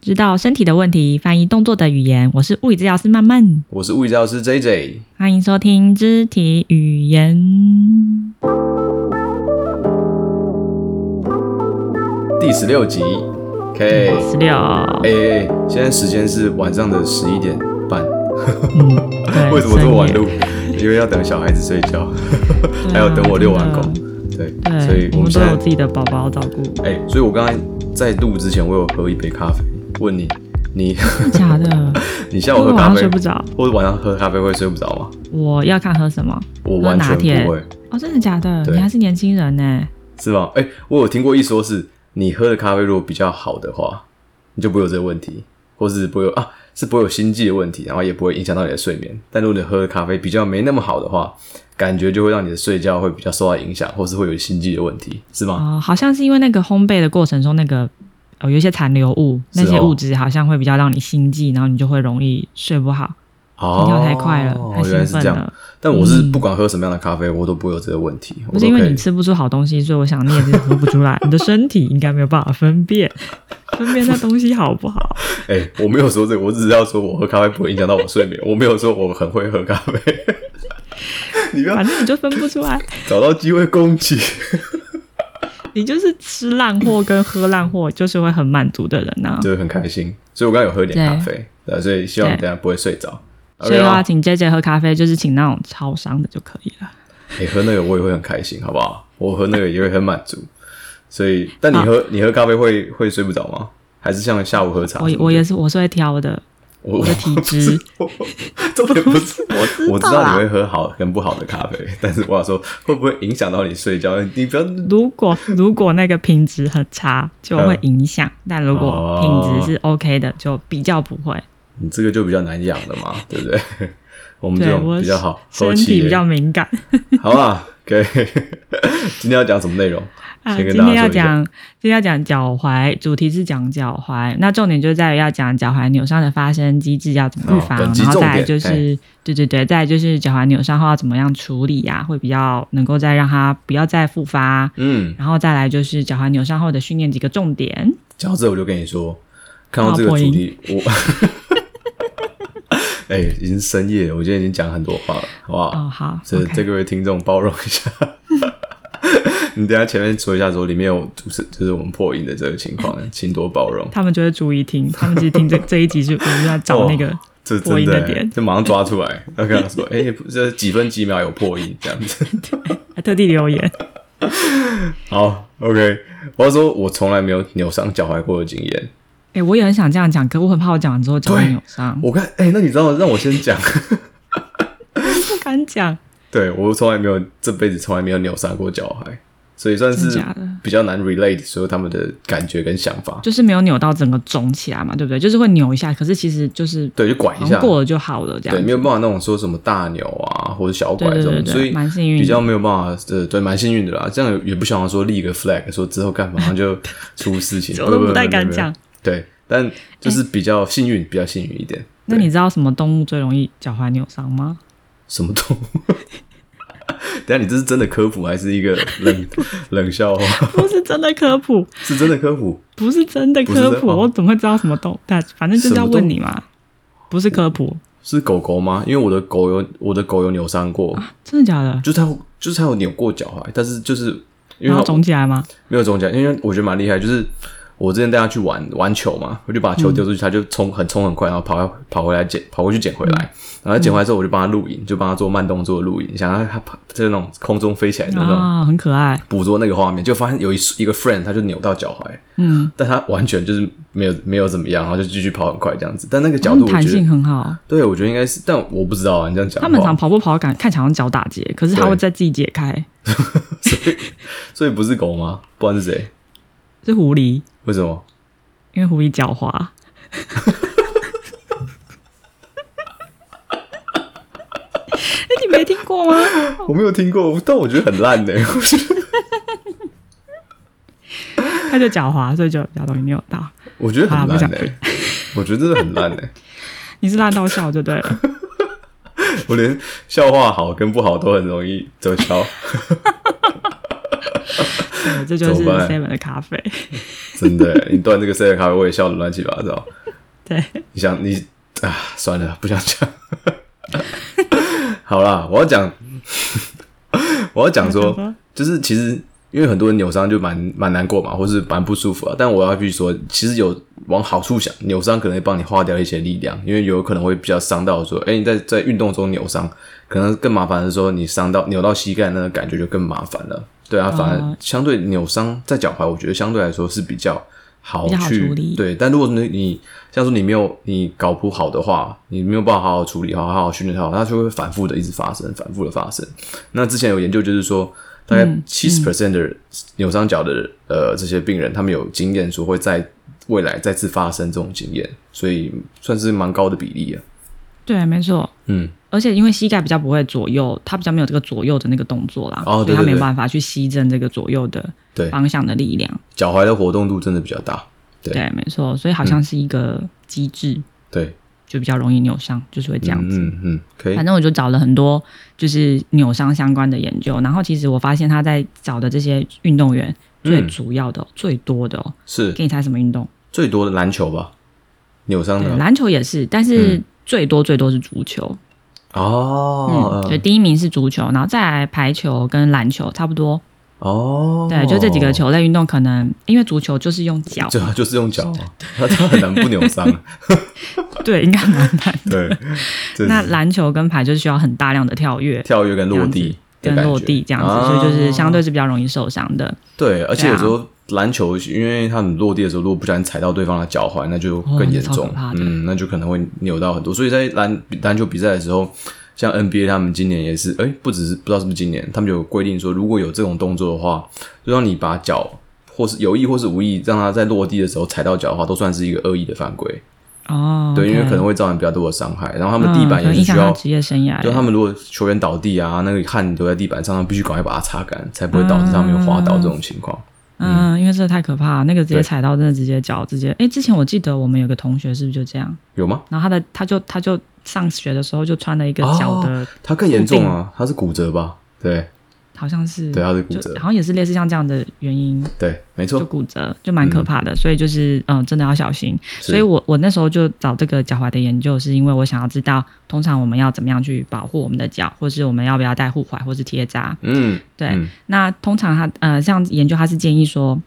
知道身体的问题，翻译动作的语言。我是物理治疗师曼曼，我是物理教师 J J。欢迎收听肢体语言。第十六集，K 十六，哎、哎现在时间是晚上的十一点半，嗯，对，为什么这么晚深夜？录？因为要等小孩子睡觉，还要等我遛完狗，对，啊对，所以我我们们都现有在自己的宝宝照顾。哎、所以我刚才在录之前，我有喝一杯咖啡，问你，你 真的假的？你下午因为晚喝咖上啡睡不着，或者晚上喝咖啡会睡不着吗？我要看喝什么我完全拿铁不会，哦，真的假的？对你还是年轻人呢。是吗？哎、我有听过一说是，你喝的咖啡如果比较好的话，你就不会有这个问题，或是不会有啊，是不会有心悸的问题，然后也不会影响到你的睡眠。但如果你喝的咖啡比较没那么好的话，感觉就会让你的睡觉会比较受到影响，或是会有心悸的问题，是吗？哦，好像是因为那个烘焙的过程中，那个呃有一些残留物，是那哦些物质好像会比较让你心悸，然后你就会容易睡不好，心哦，跳太快了，太原兴来是这奋样了。。但我是不管喝什么样的咖啡，我都不会有这个问题，不我是都因可为以你。吃不出好东西，所以我想你也是喝不出来， 你的身体应该没有办法分辨 分辨那东西好不 好。哎、我没有说这个，我只是要说我喝咖啡不会影响到我睡眠，我没有说我很会喝咖啡。 你不要反正你就分不出来，找到机会攻击。你就是吃烂货跟喝烂货，就是会很满足的人啊呐、就会很开心。所以我刚刚有喝一点对咖啡，对，啊所以希望你对等一下不会睡着。所以 OK 的吗话，请 J J 喝咖啡，就是请那种超商的就可以了。你喝那个我也会很开心，好不好？我喝那个也会很满足。所以，但你好喝你喝咖啡会会睡不着吗？还是像下午喝茶什我么的？我也是，我是会挑的，我我的体质。我 重点不是我，我知道啊啦道你会喝好跟不好的咖啡，但是我想说会不会影响到你睡觉？你不要如果如果那个品质很差，就会影响；但如哦果品质是 OK 的，就比较不会。你这个就比较难养了嘛，对不对？我们这对种我比较好，身后体期比较敏感。好啦。OK，今天要讲什么内容？啊，先今跟大家天要说一下讲，今天要讲脚踝，主题是讲脚踝，那重点就在于要讲脚踝扭伤的发生机制要怎么预防，哦本集然后再来重点就是，对对对，再来就是脚踝扭伤后要怎么样处理呀、会比较能够再让它不要再复发，嗯，然后再来就是脚踝扭伤后的训练几个重点。讲到这，我就跟你说，看到这个主题，我， 哎、已经深夜了，我今天已经讲很多话了，好不好？哦，好，这 OK 这各位听众包容一下。 你等一下前面说一下，说里面有主持，就是我们破音的这个情 况，请多包容。他们就会注意听，他们其实 听这这一集是我们要找那个、哦这破真音的、的欸点，就马上抓出来，要跟 他说，哎、这几分几秒有破音这样子。还特地留言，好，OK，我要说，我从来没有扭伤脚踝过的经验。哎、我也很想这样讲，可我很怕我讲完之后脚会对扭伤，我看，哎、那你知道，让我先讲。不敢讲，对我从来没有这辈子从来没有扭伤过脚踝，所以算真的是假的比较难 relate 所有他们的感觉跟想法。就是没有扭到整个肿起来嘛，对不对？就是会扭一下，可是其实就是对，就拐一好下像，过了就好了，这对，样没子。有办法那种说什么大扭啊或者小拐对这对对种，对，所以蛮幸运的，比较没有办法，对对，蛮幸运的啦。这样也也不想要说立一个 flag，说之后干嘛就出事情， 我都不太没有敢没有讲。哎对，但就是比较幸运，比较幸运一点。那对你知道什么动物最容易脚踝扭伤 吗？什么动物？等一下你这是真的科普还是一个 冷冷笑话？ 不是真的科普，是真的科普？不是真的不是科真普，哦我怎么会知道什么动物？但反正就是要问你嘛，不是科普，是狗狗吗？因为我的狗有我的狗有扭伤过，真的假的？就是它有就是它有扭过脚踝，但是就是因为然它后肿起来吗？没有肿起来，因为我觉得蛮厉害，就是我之前带它去玩玩球嘛，我就把球丢出去，嗯它就冲很冲很快，然后跑跑回来捡跑回去捡回嗯来，然后捡回来之后我就帮它录影，就帮它做慢动作的录影，想让它跑就是那种空中飞起来的那种。啊，很可爱，捕捉那个画面，就发现有一一个 friend，他就扭到脚踝，嗯，但他完全就是没有没有怎么样，然后就继续跑很快这样子。但那个角他度们我弹觉性得，很好。对我觉得应该是，但我不知道啊，你这样讲的话，他们常跑步跑感看起来好像脚打结，可是他对会再自己解开。所以不是狗吗？不然是谁？是狐狸，为什么？因为狐狸狡猾。哎，你没听过吗？我没有听过，但我觉得很烂欸呢、我觉得它就狡猾，所以就比较容易扭到。我觉得很烂呢、欸好啦 我觉得真的很烂欸呢、你是烂到笑就对了。我连笑话好跟不好都很容易得消，对，这就是怎么办 Seven 的咖啡。真的欸耶，你断这个 C 的咖啡，我也笑得乱七八糟。对，你想你啊，算了，不想讲。 好啦，我要讲，我要讲想说说，就是其实因为很多人扭伤就蛮蛮难过嘛，或是蛮不舒服啊。但我要去说，其实有往好处想，扭伤可能会帮你化掉一些力量，因为有可能会比较伤到说，哎、你在在运动中扭伤，可能更麻烦的是说你伤到扭到膝盖那个感觉就更麻烦了。对啊，反而哦相对扭伤在脚踝，我觉得相对来说是比较好比较好哦去处理对，但如果你你像说你没有你搞不好的话，你没有办法好好处理，好好好训练它，它就会反复的一直发生，反复的发生。那之前有研究就是说，大概嗯七十 percent 的扭伤脚的、呃这些病人，他们有经验说会在未来再次发生这种经验，所以算是蛮高的比例啊。对，没错。嗯，而且因为膝盖比较不会左右，它比较没有这个左右的那个动作啦，哦所对以它对没有对办法去吸震这个左右的对，方向的力量。脚踝的活动度真的比较大。对嗯对，没错，所以好像是一个机制，对，就比较容易扭伤，就是会这样子。嗯嗯嗯，可以反。正我就找了很多就是扭伤相关的研究，然后其实我发现他在找的这些运动员最嗯主要的、最多的、哦，是给你猜什么运动？最多的篮球吧，扭伤对，的篮球也是，但是最多最多是足球。哦嗯，，所以第一名是足球，然后再来排球跟篮球差不多。哦，对，就这几个球类运动，可能因为足球就是用脚， 就就是用脚啊，他他很难不扭伤。啊对，应该蛮难。对，这那是篮球跟排就是需要很大量的跳跃跳跃跟落地的跟感觉落地这样子，啊所以就是相对是比较容易受伤的。对，而对且啊有时候篮球，因为他们落地的时候，如果不小心踩到对方的脚踝，那就更严哦那超重可怕，的嗯，那就可能会扭到很多。所以在篮篮球比赛的时候，像 NBA 他们今年也是，哎、不只是不知道是不是今年，他们有规定说，如果有这种动作的话，就让你把脚或是有意或是无意让他在落地的时候踩到脚的话，都算是一个恶意的犯规。哦，对，因为 OK 可能会造成比较多的伤害。然后他们地嗯可板也能是影需响他要，职业生涯了，就他们如果球员倒地啊，那个汗留在地板上，他们必须赶快把它擦干，才不会导致他们有滑倒这种情况。嗯，因为这太可怕了，那个直对接踩到，真的直接脚直接。哎、之前我记得我们有个同学是不是就这样？有吗？然后他的他就他就上学的时候就穿了一个脚的，他更严重啊，他是骨折吧？对好像是对，他是骨就折好，像也是类似像这样的原因，对，没就错，骨折，就蛮可怕的。所以就是嗯，真的要小心。是所以我我那时候就找这个脚踝的研究，是因为我想要知道，通常我们要怎么样去保护我们的脚，或是我们要不要戴护踝或是贴扎。嗯，对，嗯那通常他呃，像研究他是建议说，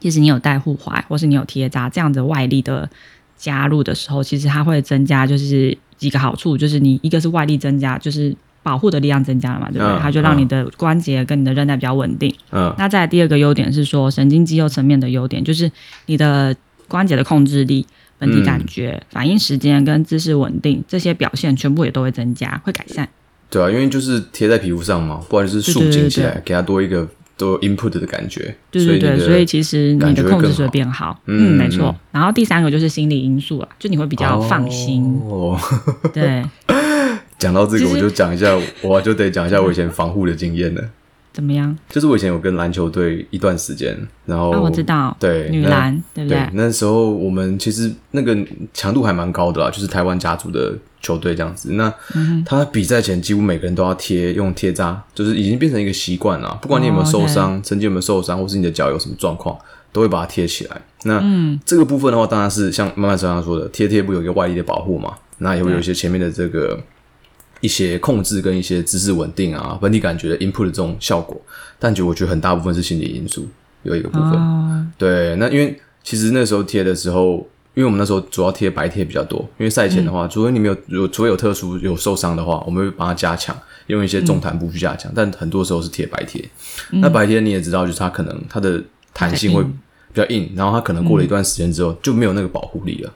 其实你有戴护踝或是你有贴扎这样子外力的加入的时候，其实它会增加就是几个好处，就是你一个是外力增加，就是保护的力量增加了嘛，对不对？嗯它就让你的关节跟你的韧带比较稳定。嗯，那再来第二个优点是说神经肌肉层面的优点，就是你的关节的控制力。本嗯体感觉、反应时间跟姿势稳定这些表现全部也都会增加，会改善。对啊，因为就是贴在皮肤上嘛，不然就是束紧起对对来，给它多一个多 input 的感觉。对对对，所以其实你感觉的会控制更是会好变好，嗯嗯，嗯没错。然后第三个就是心理因素了，啊就你会比比较放 心，哦，对。讲到这个，其实我就讲一下，我就得讲一下我以前防护的经验了。怎么样？就是我以前有跟篮球队一段时间，然后、啊，我知道，对女那篮，对不对对？，那时候我们其实那个强度还蛮高的啦，就是台湾甲组的球队这样子。那他比赛前几乎每个人都要贴用贴扎，就是已经变成一个习惯了。不管你有没有哦受，OK 伤，曾经有没有受伤，或是你的脚有什么状况，都会把它贴起来。那、嗯这个部分的话，当然是像慢慢刚刚说的，贴贴布有一个外力的保护嘛，那也会有一些前面的这个一些控制跟一些姿势稳定啊，本体感觉的 input 的这种效果。但就我觉得很大部分是心理因素，有一个部分。哦，对，那因为其实那时候贴的时候，因为我们那时候主要贴白贴比较多，因为赛前的话，嗯除非你没有有除非有特殊有受伤的话，我们会把它加强，用一些嗯重弹布去加强，但很多时候是贴白贴。那白贴你也知道，就是它可能它的弹性会比较嗯硬嗯比较硬，然后它可能过了一段时间之后、就没有那个保护力了，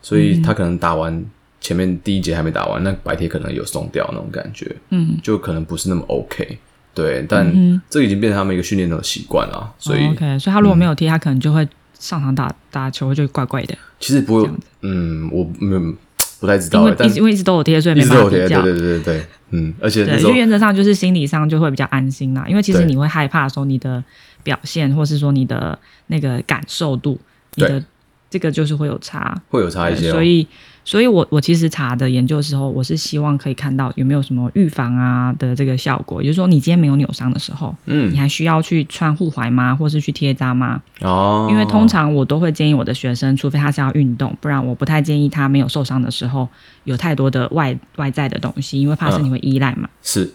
所以它可能打完。前面第一节还没打完，那白贴可能有松掉那种感觉，嗯，就可能不是那么 OK。对，但这已经变成他们一个训练的习惯了，所以、嗯哦 OK，所以他如果没有贴，他可能就会上场打打球就怪怪的，其实不会这样子，嗯，我没有不太知因道欸为，但一直因为一直都有贴，所以一没直办都法有比贴，对较。对对对，嗯，而且那对，时就候原则上就是心理上就会比较安心啦，因为其实对你会害怕说你的表现，或是说你的那个感受度，你对的这个就是会有差。会有差一些、哦，所以，所以我我其实查的研究的时候，我是希望可以看到有没有什么预防啊的这个效果，也就是说，你今天没有扭伤的时候，嗯你还需要去穿护踝吗，或是去贴扎吗？哦，因为通常我都会建议我的学生，除非他是要运动，不然我不太建议他没有受伤的时候有太多的外外在的东西，因为嗯怕身体会依赖嘛。是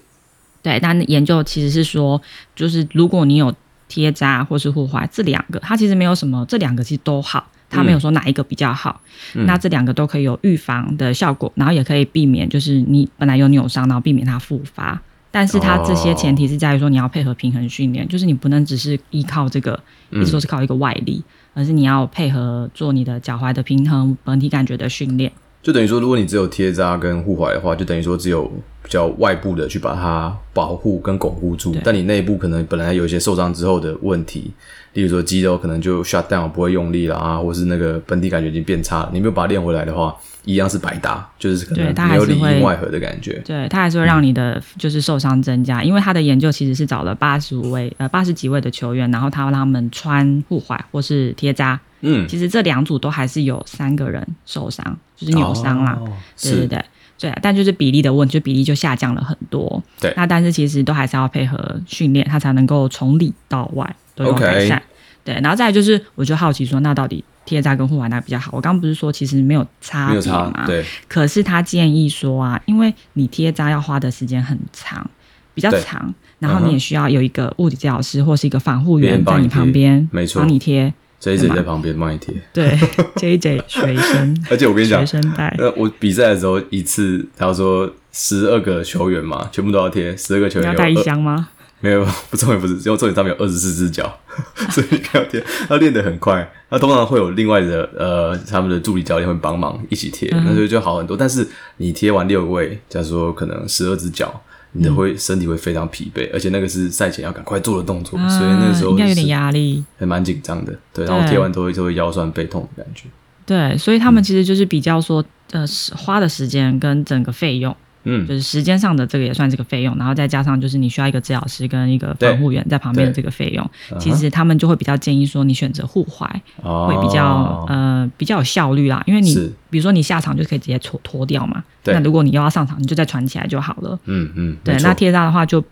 对，但研究其实是说，就是如果你有贴扎或是护踝这两个，它其实没有什么，这两个其实都好，它没有说哪一个比较好。嗯那这两个都可以有预防的效果，然后也可以避免，就是你本来有扭伤，然后避免它复发。但是它这些前提是在于说，你要配合平衡训练，就是你不能只是依靠这个，一直都是靠一个外力，而是你要配合做你的脚踝的平衡、本体感觉的训练。就等于说，如果你只有贴扎跟护踝的话，就等于说只有比较外部的去把它保护跟巩固住对，但你内部可能本来有一些受伤之后的问题，例如说肌肉可能就 shut down 不会用力了啊，或是那个本体感觉已经变差了，你没有把它练回来的话，一样是白搭，就是可对它能还没有是里会应外合的感觉。对，它还是会嗯让你的就是受伤增加，因为他的研究其实是找了八十五位呃八十几位的球员，然后他让他们穿护踝或是贴扎，嗯，其实这两组都还是有三个人受伤，就是扭伤啦。哦对对是对对啊，但就是比例的问题，就比例就下降了很多。对那但是其实都还是要配合训练，它才能够从里到外都有 OK 改善。对，然后再来就是，我就好奇说，那到底贴扎跟护踝哪个比较好？我刚刚不是说其实没有差没有别差嘛？，对，可是他建议说啊，因为你贴扎要花的时间很长，比较对长，然后嗯你哼也需要有一个物理治疗师或是一个防护员别人帮在你你旁贴边，没错帮你贴。这一直在旁边帮你贴。 对，J J 学生，而且 我跟你讲呃学，生带，那我比赛的时候一次，他说十二个球员嘛，全部都要贴，十二个球你要员有带一二箱吗？没有，不重点不是，因为重点上面有二十四只脚， 所以你看要贴，他练得很快。那通常会有另外的呃，他们的助理教练会帮忙一起贴，嗯那就就好很多。但是你贴完六位，假如说可能十二只脚，嗯你的会、身体会非常疲惫，而且那个是赛前要赶快做的动作，呃所以那个时啊候应该有是点压力。还蛮紧张的。对，然后对贴完都会就会腰酸背痛的感觉。对，所以他嗯们其实就是比较说，呃，时花的时间跟整个费用，嗯就，是时间上的这个也算是个费用，然后再加上就是你需要一个治疗师跟一个对嗯防护员在旁边的这个费用，其实他们就会比较建议说你选择护踝，会会比较、呃比较有效率啦，因为你哦是比如说你下场就可以直接脱脱掉嘛，对那如果你又要上场，你就再穿起来就好了。嗯嗯，对没，错那贴扎的话就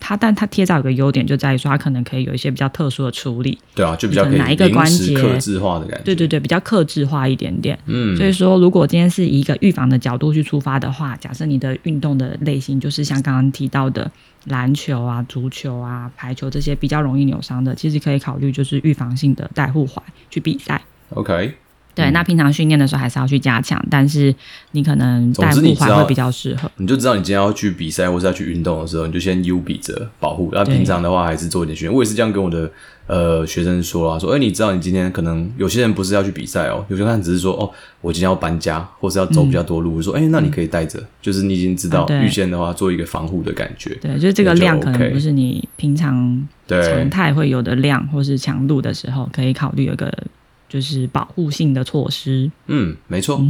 它，但它贴扎有个优点就在于说它可能可以有一些比较特殊的处理，对啊，就比较可以你的哪一个临关时节克制化的感觉。对对，对，比较克制化一点点。嗯，所以说，如果今天是以一个预防的角度去出发的话，假设你的运动的类型就是像刚刚提到的篮球啊、足球啊、排球这些比较容易扭伤的，其实可以考虑就是预防性的带护踝去比赛。 OK，嗯对，那平常训练的时候还是要去加强，但是你可能带总护之你知踝道会比较适合。你就知道你今天要去比赛或是要去运动的时候，你就先 U 比着保护。那对平常的话还是做一点训练。我也是这样跟我的呃学生说啊，说哎、你知道你今天可能有些人不是要去比赛哦，有些人只是说哦，我今天要搬家或是要走比较多路，我说哎、那你可以带着，就是你已经知道嗯啊对预先的话做一个防护的感觉。对，就是这个那就量可 OK 能不是你平常对常，态会有的量，或是强度的时候，可以考虑有一个就是保护性的措施。嗯，没错，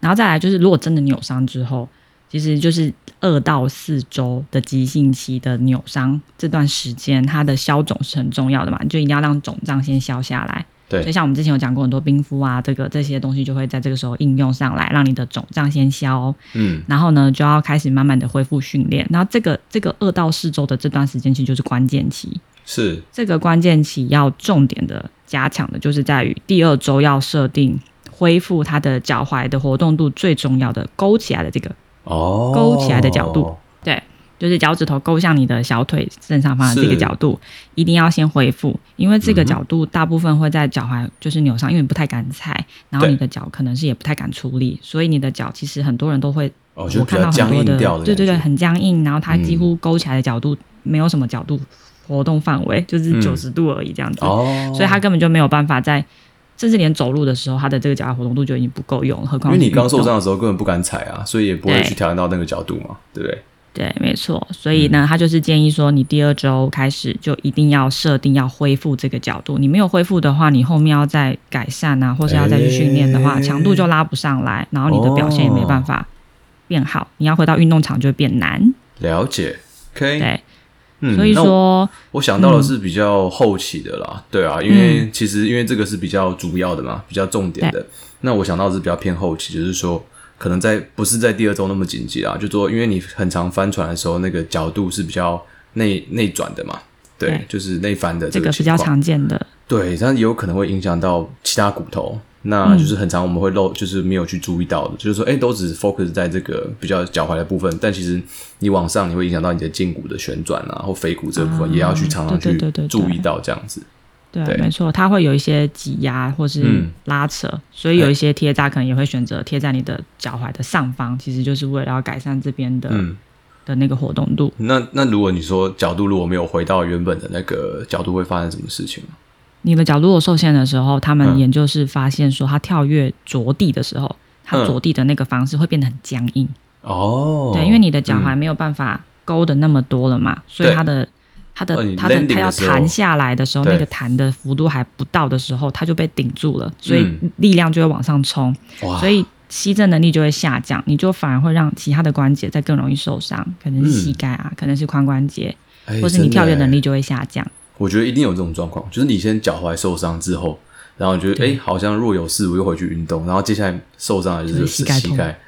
然后再来就是，如果真的扭伤之后，其实就是二到四周的急性期的扭伤这段时间，它的消肿是很重要的嘛，你就一定要让肿胀先消下来。对所以像我们之前有讲过很多冰敷啊，这个这些东西就会在这个时候应用上来，让你的肿胀先消，哦嗯，然后呢就要开始慢慢的恢复训练。然后这个这个二到四周的这段时间其实就是关键期，是这个关键期要重点的加强的，就是在于第二周要设定恢复他的脚踝的活动度最重要的勾起来的这个，哦，勾起来的角度，对，就是脚趾头勾向你的小腿正上方的这个是角度，一定要先恢复，因为这个嗯哼角度大部分会在脚踝就是扭伤，因为你不太敢踩，然后对你的脚可能是也不太敢出力，所以你的脚其实很多人都会哦，就我比看到较很僵多硬的，掉的，嗯对对对，。很僵硬，然后它几乎勾起来的角度、没有什么角度活动范围，就是嗯九十度而已这样子，哦，所以它根本就没有办法在，甚至连走路的时候，它的这个脚踝活动度就已经不够用了，何因况为是你刚受运动伤的时候根本不敢踩啊，所以也不会对去调整到那个角度嘛，对不对？对，没错。所以嗯呢，他就是建议说，你第二周开始就一定要设定要恢复这个角度。你没有恢复的话，你后面要再改善啊，或是要再去训练的话，诶哦强度就拉不上来，然后你的表现也没办法变好。你要回到运动场就会变难。了解，OK，对，嗯所以那我说，嗯我想到的是比较后期的啦，对啊，因为其实因为这个是比较主要的嘛，比较重点的。那我想到的是比较偏后期，就是说可能在不是在第二周那么紧急啊，就说因为你很常翻船的时候，那个角度是比较内内转的嘛，对，对就是内翻的这个个情比较况常见的，对，但也有可能会影响到其他骨头。那就是很常我们会漏，就是没有去注意到的，就是说，哎、都只 focus 在这个比较脚踝的部分，但其实你往上，你会影响到你的胫骨的旋转啊，或腓骨这部分，啊也要去常常对去对对对对注意到这样子。对，啊对没错，它会有一些挤压或是嗯拉扯，所以有一些贴扎可能也会选择贴在你的脚踝的上方，其实就是为了要改善这边的、嗯，的那个活动度。那那如果你说角度如果没有回到原本的那个角度，会发生什么事情吗？你的脚如果受限的时候，他们嗯研究是发现说，它跳跃着地的时候，它嗯着地的那个方式会变得很僵硬，哦，对，因为你的脚踝嗯没有办法勾的那么多了嘛，所以对它的。它的哦你它的 landing 它要的时候弹下来的时候，对那个弹的幅度还不到的时候，它就被顶住了，所以嗯力量就会往上冲。哇，所以吸震能力就会下降，你就反而会让其他的关节再更容易受伤，可能是膝盖啊，可能是髋关节，嗯哎或是你跳跃能，真的力哎就会下降。我觉得一定有这种状况，就是你先脚踝受伤之后，然后你觉得哎、诶好像若有似无又回去运动，然后接下来受伤的就是就是膝盖痛膝盖，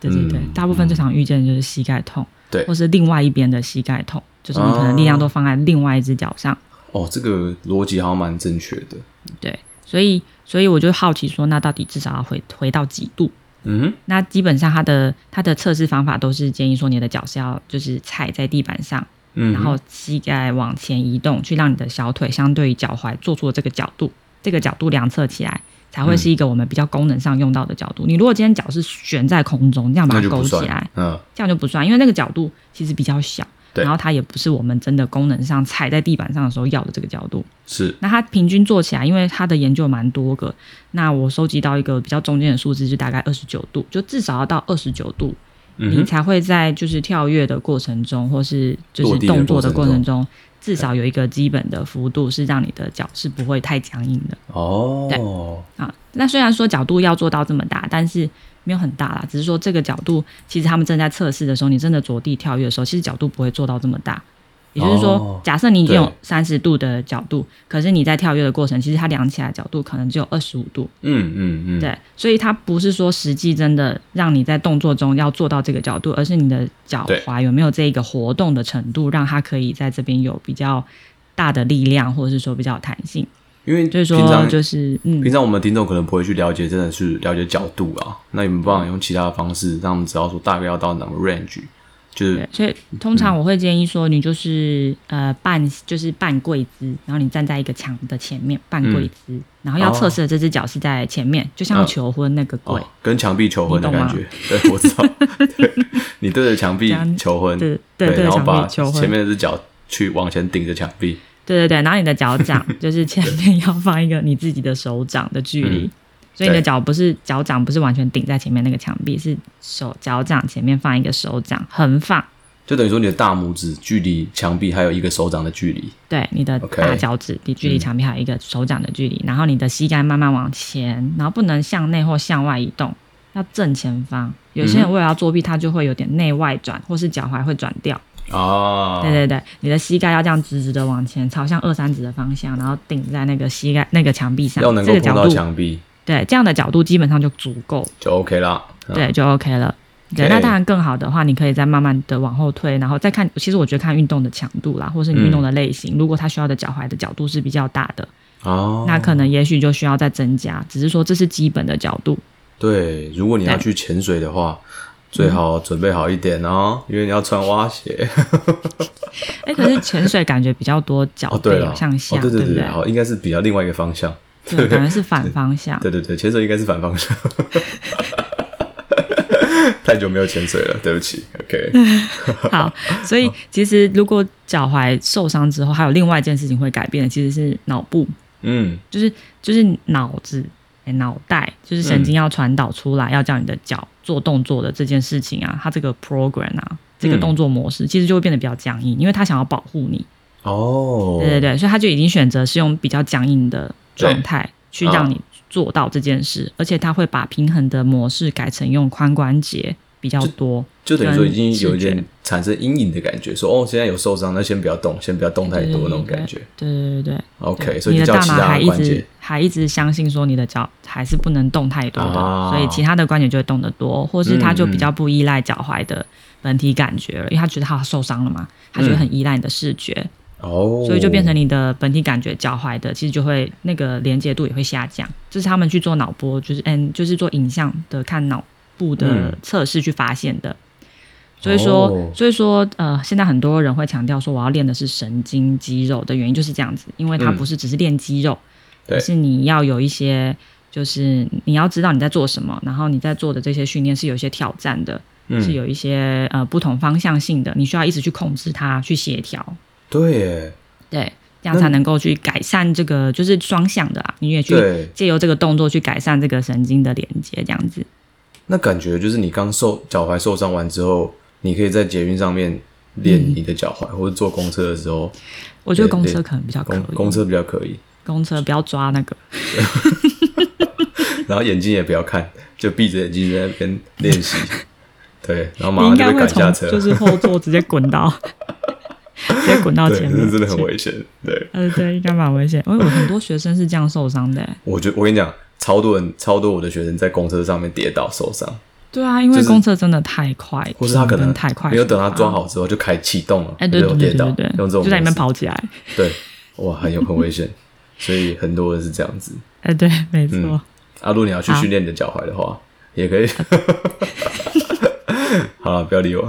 对对对，嗯大部分最常遇见的就是膝盖痛，对或是另外一边的膝盖痛，就是你可能力量都放在另外一只脚上，哦，这个逻辑好像蛮正确的。对，所以所以我就好奇说，那到底至少要回回到几度？嗯那基本上它的它的测试方法都是建议说，你的脚是要就是踩在地板上，嗯，然后膝盖往前移动，去让你的小腿相对于脚踝做出的这个角度，这个角度量测起来才会是嗯一个我们比较功能上用到的角度。你如果今天脚是悬在空中，这样把那它就勾不起算来，，嗯，这样就不算，因为那个角度其实比较小，对然后它也不是我们真的功能上踩在地板上的时候要的这个角度。是那它平均做起来，因为它的研究蛮多个，那我收集到一个比较中间的数字，就大概二十九度，就至少要到二十九度，嗯你哼才会在就是跳跃的过程中，或是就是落地的动作的过过程程中，至少有一个基本的幅度是让你的脚是不会太僵硬的哦，啊。那虽然说角度要做到这么大，但是没有很大啦，只是说这个角度，其实他们正在测试的时候，你真的着地跳跃的时候，其实角度不会做到这么大。也就是说哦，假设你已经有对三十度的角度，可是你在跳跃的过程，其实它量起来的角度可能只有二十五度，嗯嗯嗯，，对，所以它不是说实际真的让你在动作中要做到这个角度，而是你的脚对踝有没有这一个活动的程度，让它可以在这边有比较大的力量，或者是说比较有弹性。因为所以平说常就是嗯平，常我们的听众可能不会去了解，真的是了解角度啊，那有没有办法用其他的方式让我们知道说大概要到哪个 range？就是对，所以通常我会建议说，你就是、呃半就是半跪姿，然后你站在一个墙的前面半跪姿，然后要哦测试的这只脚是在前面，就像嗯求婚那个跪。哦，跟墙壁求婚的你懂感吗觉，对我知 道，对你对着墙壁这样求婚，对对对然后墙壁把求婚前面那只脚去往前顶着墙壁，对对对，然后你的脚 掌就是前面要放一个你自己的手掌的距离，嗯所以你的对脚不是脚掌不是完全顶在前面那个墙壁，是手脚掌前面放一个手掌横放，就等于说你的大拇指距离墙壁还有一个手掌的距离。对，你的 OK 大脚趾离距离墙壁还有一个手掌的距离，然后你的膝盖慢慢往前，然后不能向内或向外移动，要正前方。有些人为了要作弊，他就会有点内外转，或是脚踝会转掉。啊，对对对，你的膝盖要这样直直的往前，朝向二三指的方向，然后顶在那个膝盖那个墙壁上，要能这够个碰角到度墙壁对，这样的角度基本上就足够，就 OK 啦。嗯，对，就 OK 了。对， OK 那当然更好的话，你可以再慢慢的往后退，然后再看。其实我觉得看运动的强度啦，或是你嗯运动的类型，如果它需要的脚踝的角度是比较大的，哦，那可能也许就需要再增加。只是说这是基本的角 度，对，如果你要对去潜水的话，最好准备好一点哦，因为你要穿蛙鞋。哎，可是潜水感觉比较多脚哦，背对了，往向下，哦，对不对，好，应该是比较另外一个方向。 对？对，感觉是反方向。 对对对，潜水应该是反 方向。太久没有潜水了，对不起。OK，嗯好，所以其实如果脚踝受伤之后，还有另外一件事情会改变的，其实是脑部嗯，就是就是脑子、哎脑袋，就是神嗯经要传导出来，要叫你的脚做动作的这件事情啊，它这个 program 啊，这个嗯动作模式其实就会变得比较僵硬，因为它想要保护你。哦，对对对，所以他就已经选择是用比较僵硬的状态去让嗯你做到这件事，而且他会把平衡的模式改成用髋关节比较多。就等于说已经跟视有一点觉产生阴影的感觉，说哦，现在有受伤，那先不要动，先不要动太多那种感觉。对对对对对 OK，对所以你就的大叫其脑他还的一关直节还一直相信说你的脚还是不能动太多的，啊所以其他的关节就会动得多，或是他就嗯比嗯较不依赖脚踝的本体感觉了，因为他觉得他受伤了嘛，他就嗯会很依赖你的视觉，哦，所以就变成你的本体感觉脚踝的，其实就会那个连接度也会下降。这是他们去做脑波，就是嗯，就是做影像的看脑部的嗯测试去发现的。所以说，哦所以说，呃，现在很多人会强调说我要练的是神经肌肉的原因就是这样子，因为它嗯不是只是练肌肉，对而是你要有一些，就是你要知道你在做什么，然后你在做的这些训练是有一些挑战的，是嗯，有一些呃不同方向性的，你需要一直去控制它，去协调。对耶，对，这样才能够去改善这个就是双向的啊，你也去对借由这个动作去改善这个神经的连接，这样子。那感觉就是你刚受脚踝受伤完之后，你可以在捷运上面练你的脚踝，或者坐公车的时候，我觉得对公对车可能比较可以公，公车比较可以，公车不要抓那个，然后眼睛也不要看，就闭着眼睛在那边练 习。对，然后马你应上该就被会赶下从车，就是后座直接滚到直接滚到对，前面这去，真的很危险。对，呃，对，应该蛮危险，因为我很多学生是这样受伤的欸、我觉我跟你讲，超多人，超多我的学生在公车上面跌倒受伤，对啊，因为就是公车真的太快，或是他可真能的太快，没有等他抓。好之后就开启动了，哎，对就对对有跌对倒，对对，用这种就在里面方式，跑起来。对，哇，很有很危险，所以很多人是这样子。哎，对，没错。嗯阿如果你要去好训练你的脚踝的话，也可以。 好了，不要理我。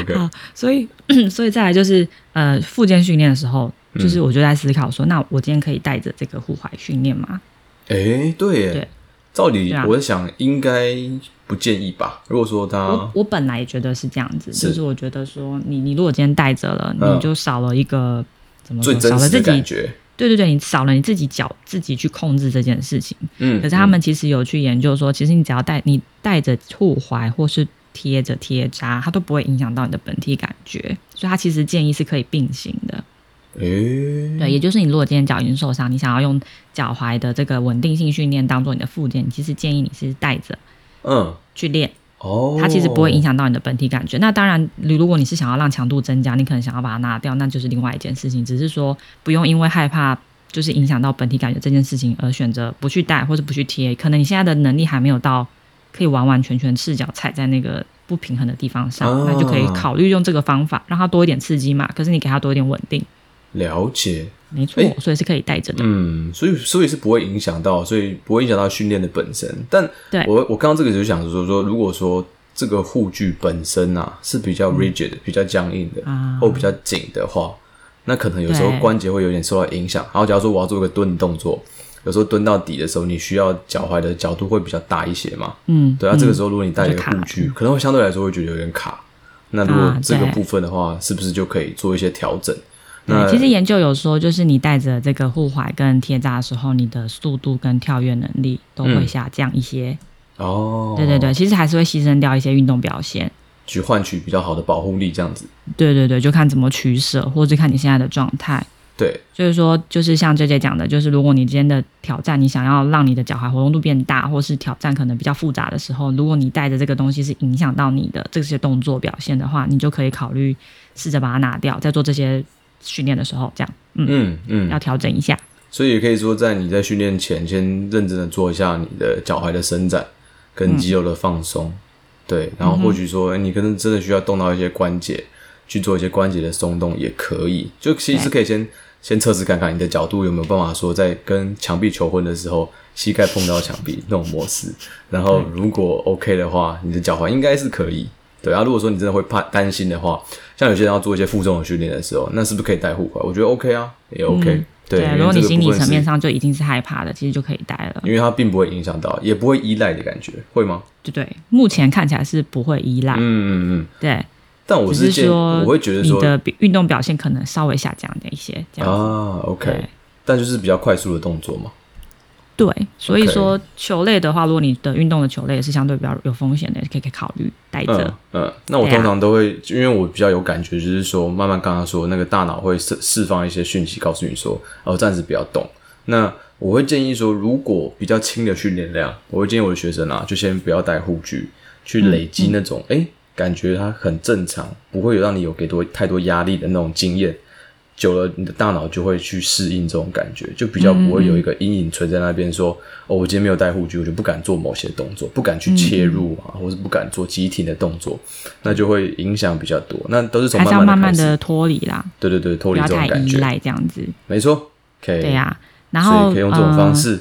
OK，好，所以 所以再来就是呃，复健训练的时候，嗯就是我就在思考说，那我今天可以带着这个护踝训练吗？哎、对耶，对照理对啊我在想应该不建议吧。如果说他我我本来也觉得是这样子，啊是就是我觉得说你，你如果今天带着了，嗯你就少了一个。怎么最说？真少了实自的感己，觉，对对对，你少了你自己脚自己去控制这件事情。嗯，可是他们其实有去研究说，其实你只要带你带着护踝或是贴着贴扎，它都不会影响到你的本体感觉，所以它其实建议是可以并行的。哎、诶对，也就是你如果今天脚已经受伤，你想要用脚踝的这个稳定性训练当做你的附件，其实建议你是带着嗯，去练，哦，它其实不会影响到你的本体感觉。那当然，如如果你是想要让强度增加，你可能想要把它拿掉，那就是另外一件事情。只是说不用因为害怕就是影响到本体感觉这件事情而选择不去带或者不去贴，可能你现在的能力还没有到可以完完全全赤脚踩在那个。不平衡的地方上，那就可以啊考虑用这个方法，让它多一点刺激嘛。可是你给它多一点稳定，了解，没错，哎所以是可以带着的。嗯，所以所以是不会影响到，所以不会影响到训练的本身。但对我我刚刚这个就想说说，如果说这个护具本身啊是比较 rigid、比较僵硬的，嗯啊或比较紧的话，那可能有时候对关节会有点受到影响。然后假如说我要做一个蹲的动作，有时候蹲到底的时候，你需要脚踝的角度会比较大一些嘛。嗯，对啊，这个时候如果你带一个就卡护了具，可能会相对来说会觉得有点卡。那如果啊这个对部分的话，是不是就可以做一些调整？嗯那对，其实研究有说，就是你带着这个护踝跟贴扎的时候，你的速度跟跳跃能力都嗯会下降一些。哦，对对对，其实还是会牺牲掉一些运动表现。去换取比较好的保护力，这样子。对对对，就看怎么取舍，或者看你现在的状态。对，所以说，就是像 J J 讲的，就是如果你今天的挑战，你想要让你的脚踝活动度变大，或是挑战可能比较复杂的时候，如果你带着这个东西是影响到你的这些动作表现的话，你就可以考虑试着把它拿掉，在做这些训练的时候，这样，嗯，嗯嗯要，调整一下。所以也可以说，在你在训练前，先认真的做一下你的脚踝的伸展跟肌肉的放松，嗯对，然后或许说，哎你可能真的需要动到一些关节，去做一些关节的松动也可以，就其实对可以先先测试看看你的角度有没有办法说，在跟墙壁求婚的时候，膝盖碰到墙壁那种模式，然后如果 OK 的话，你的脚踝应该是可以。对啊，如果说你真的会怕担心的话，像有些人要做一些负重的训练的时候，那是不是可以带护踝？我觉得 OK 啊，也 OK、嗯对，因为如果你这个心部理分层是面上就已经是害怕的，其实就可以待了，因为它并不会影响到，也不会依赖的感觉，会吗？对对。目前看起来是不会依赖，嗯嗯嗯。对，但我只建议，说我会觉得你说的比运动表现可能稍微下降一些，这样子。啊，OK，对但就是比较快速的动作嘛。对，所以 OK 说球类的话，如果你的运动的球类也是相对比较有风险的，可以可以考虑带着。嗯嗯，那我对啊通常都会，因为我比较有感觉，就是说，慢慢刚刚说那个大脑会释释放一些讯息，告诉你说，哦，暂时不要动。那我会建议说，如果比较轻的训练量，我会建议我的学生啊，就先不要带护具，去累积那种哎、诶感觉它很正常，不会有让你有给多太多压力的那种经验。久了，你的大脑就会去适应这种感觉，就比较不会有一个阴影存在那边说，哦，我今天没有带护具，我就不敢做某些动作，不敢去嗯切入啊，或是不敢做集体的动作，那就会影响比较多。那都是从还是要慢慢慢慢的开的始，脱离啦，对对对，脱不离要这种太感依觉，赖这样子。没错，OK，对呀、啊然所后呃以可以用这种方式，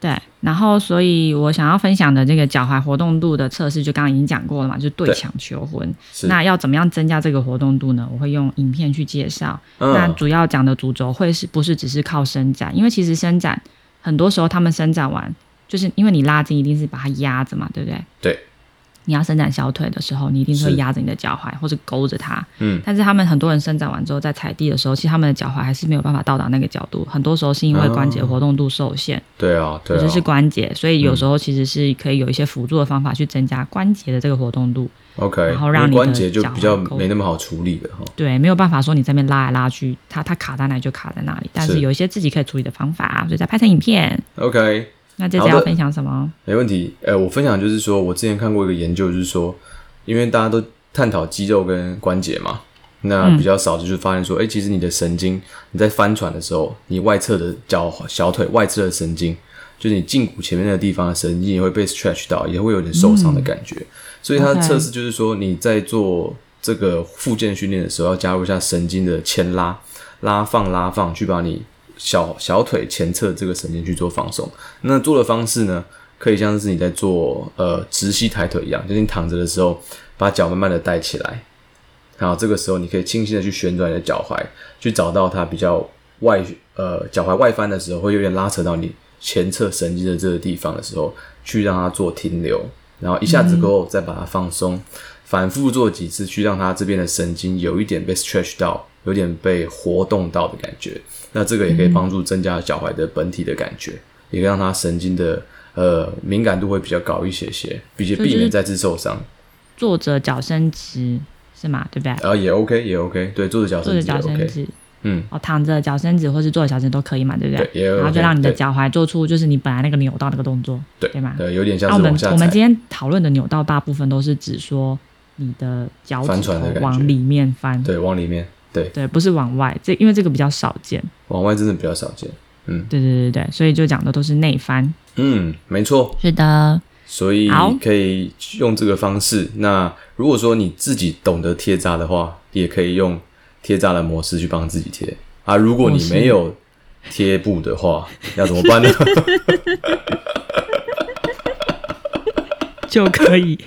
对，然后所以我想要分享的这个脚踝活动度的测试，就刚刚已经讲过了嘛，就是对对墙求婚。是那要怎么样增加这个活动度呢？我会用影片去介绍。嗯那主要讲的主轴会是不是只是靠伸展？因为其实伸展很多时候他们伸展完，就是因为你拉筋一定是把它压着嘛，对不对？对，你要伸展小腿的时候，你一定是会是压着你的脚踝或者勾着它。嗯，但是他们很多人伸展完之后，在踩地的时候，其实他们的脚踝还是没有办法到达那个角度，很多时候是因为关节哦活动度受限。对啊，对或啊嗯者，是关节，所以有时候其实是可以有一些辅助的方法去增加关节的这个活动度。 OK，然后因让为你的关节就比较脚勾没那么好处理了哈。对，没有办法说你这边拉来拉去，它它卡在哪里就卡在哪里。但是是有一些自己可以处理的方法，啊所以再拍成影片。 OK，那这次好要的分享什么？没问题。呃，我分享就是说，我之前看过一个研究，就是说，因为大家都探讨肌肉跟关节嘛，那比较少就是发现说，哎、其实你的神经，你在翻船的时候，你外侧的脚小腿外侧的神经，就是你胫骨前面那个地方的神经也会被 stretch 到，也会有点受伤的感觉。所以它的 OK 测试就是说，你在做这个复健训练的时候，要加入一下神经的牵拉、拉放、拉放，去把你小小腿前侧这个神经去做放松。那做的方式呢，可以像是你在做呃直膝抬腿一样，就是你躺着的时候，把脚慢慢的带起来。好，这个时候你可以轻轻的去旋转你的脚踝，去找到它比较外呃脚踝外翻的时候，会有点拉扯到你前侧神经的这个地方的时候，去让它做停留，然后一嗯下子过后再把它放松，反复做几次，去让它这边的神经有一点被 stretch 到，有点被活动到的感觉。那这个也可以嗯帮助增加脚踝的本体的感觉，也可以让它神经的呃敏感度会比较高一些些，并且所以避就是免再次受伤。坐着脚伸直是吗？对不对？然后也 OK，也 OK，对，坐着脚坐伸着呃直脚伸也 OK，直，嗯，哦，躺着脚伸直或是坐着脚伸直都可以嘛，对不对？对也有然后就 OK，让你的对脚踝做出就是你本来那个扭到那个动作，对对吗？对，有点像那我是们往下我们踩今。天讨论的扭到大部分都是指说你的脚趾翻船的头感觉往里面翻，对，往里面，对，对，不是往外，这因为这个比较少见。往外真的比较少见。嗯对对对对，所以就讲的都是内翻。嗯，没错，是的，所以好可以用这个方式。那如果说你自己懂得贴扎的话，也可以用贴扎的模式去帮自己贴啊。如果你没有贴布的话，要怎么 办呢？就可以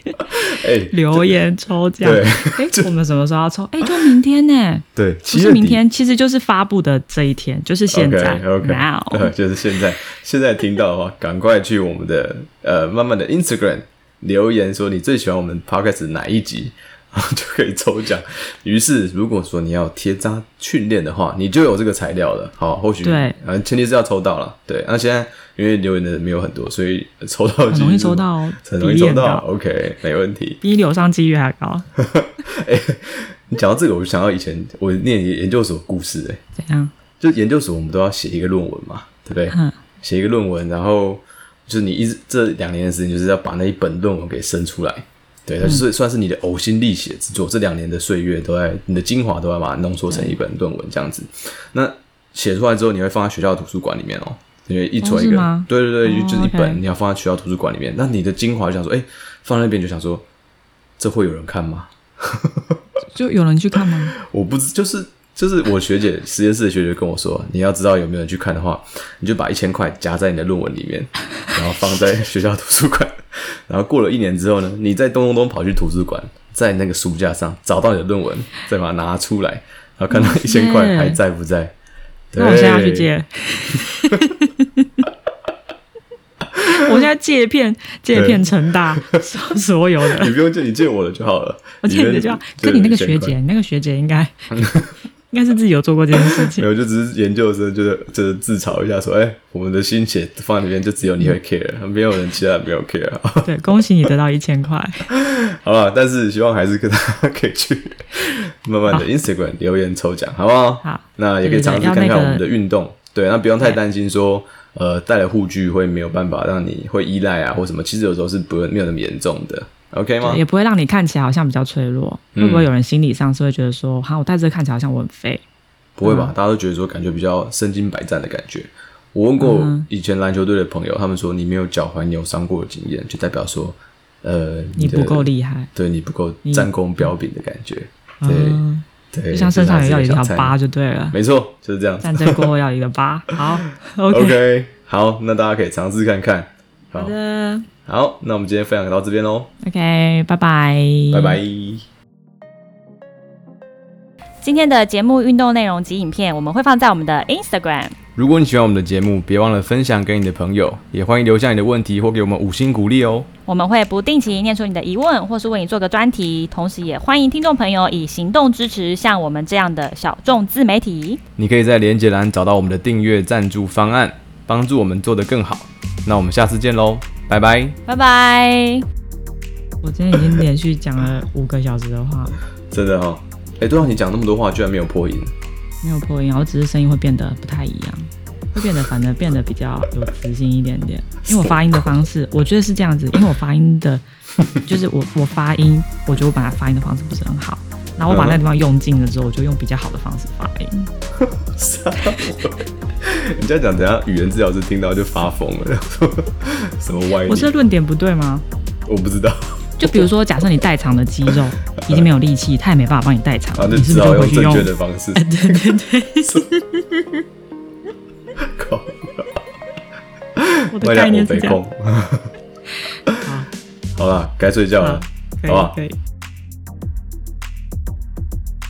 哎、留言抽奖。对哎，我们什么时候要抽？哎，就明天呢？对，不其是明天，其实就是发布的这一天，就是现在 OK，, o k now。 就是现在，现在听到的话，赶快去我们的呃，慢慢的 Instagram 留言说你最喜欢我们 Podcast 哪一集，然后就可以抽奖。于是，如果说你要贴扎训练的话，你就有这个材料了。好，或许对呃，前提是要抽到了。对，啊那现在因为留言的人没有很多，所以抽到的很几率容易是抽到哦很容易比抽验到到。 OK，没问题。比流上几率还 高，你讲到这个，我就想到以前我念研究所的故事、欸，怎样？就研究所我们都要写一个论文嘛，对不对？嗯写一个论文，然后就是你一直这两年的时间，就是要把那一本论文给生出来。对，嗯它就是算是你的呕心沥血之作，这两年的岁月都在你的精华都要把它浓缩成一本论文这样子。那写出来之后，你会放在学校的图书馆里面哦，因为一哦存是一个，吗对对对，哦就是一本 OK 你要放在学校图书馆里面。那你的精华就想说，哎，放在那边就想说，这会有人看吗？就有人去看吗？我不知，就是就是我学姐实验室的学姐跟我说，你要知道有没有人去看的话，你就把一千块夹在你的论文里面，然后放在学校图书馆，然后过了一年之后呢，你再咚咚咚跑去图书馆，在那个书架上找到你的论文，再把它拿出来，然后看到一千块还在不在。那我现在要去对 借。我现在借片借片成大，收所有的。你不用借，你借我的就好了。我记得你就要跟你那个学对姐，你那个学姐应 该应该是自己有做过这件事没情。有，就只是研究生，就是就是自嘲一下说，哎、我们的心血放在里面，就只有你会 care，没有人其他人没有 care。 对，恭喜你得到一千块。好了，但是希望还是跟大家可以去 慢慢的 Instagram 留言抽奖，好不好？好那也可以尝试对对对要看那看个我们的运动，对，那不用太担心说，呃，带了护具会没有办法让你会依赖啊或什么，其实有时候是不没有那么严重的。 ，OK 吗对？也不会让你看起来好像比较脆弱。嗯会不会有人心理上是会觉得说，哈，我戴这个看起来好像我很废？不会吧？嗯大家都觉得说感觉比较身经百战的感觉。我问过以前篮球队的朋友，他们说你没有脚踝扭伤过的经验，就代表说，呃，你的不够厉害，对你不够战功彪炳的感觉。对、嗯，对，就像身上这也是他要有自一己的条小菜疤就对了。 没错，就是这样子战。争过后要有一个疤。 好，OK， OK，好，那大家可以尝试看看。好好，的好，那我们今天分享到这边喽， ，OK，拜拜，拜拜。今天的节目运动内容及影片，我们会放在我们的 Instagram。如果你喜欢我们的节目，别忘了分享给你的朋友，也欢迎留下你的问题或给我们五星鼓励哦。我们会不定期念出你的疑问，或是为你做个专题，同时也欢迎听众朋友以行动支持像我们这样的小众自媒体。你可以在连接栏找到我们的订阅赞助方案，帮助我们做得更好。那我们下次见喽，拜拜！拜拜。我今天已经连续讲了五个小时的话，真的哦，哎、对啊，你讲那么多话，居然没有破音， 没有破音啊，我只是声音会变得不太一样，会变得 反而变得比较有磁性一点点。因为我发音的方式，我觉得是这样子，因为我发音的，就是我我发音，我觉得我本来发音的方式不是很好，然后我把那个地方用尽了之后，我就用比较好的方式发音。人家讲等下语言治疗师听到就发疯了， 什么歪理？我是论点不对吗？我不知道，就比如说，假设你代偿的肌肉已经没有力气，他也没办法帮你代偿，然后你就不是只是就好用回去正用确？的 方式。对对对，靠， 我我的 概念是这样。好啦，该睡觉了好，可以好吧可以。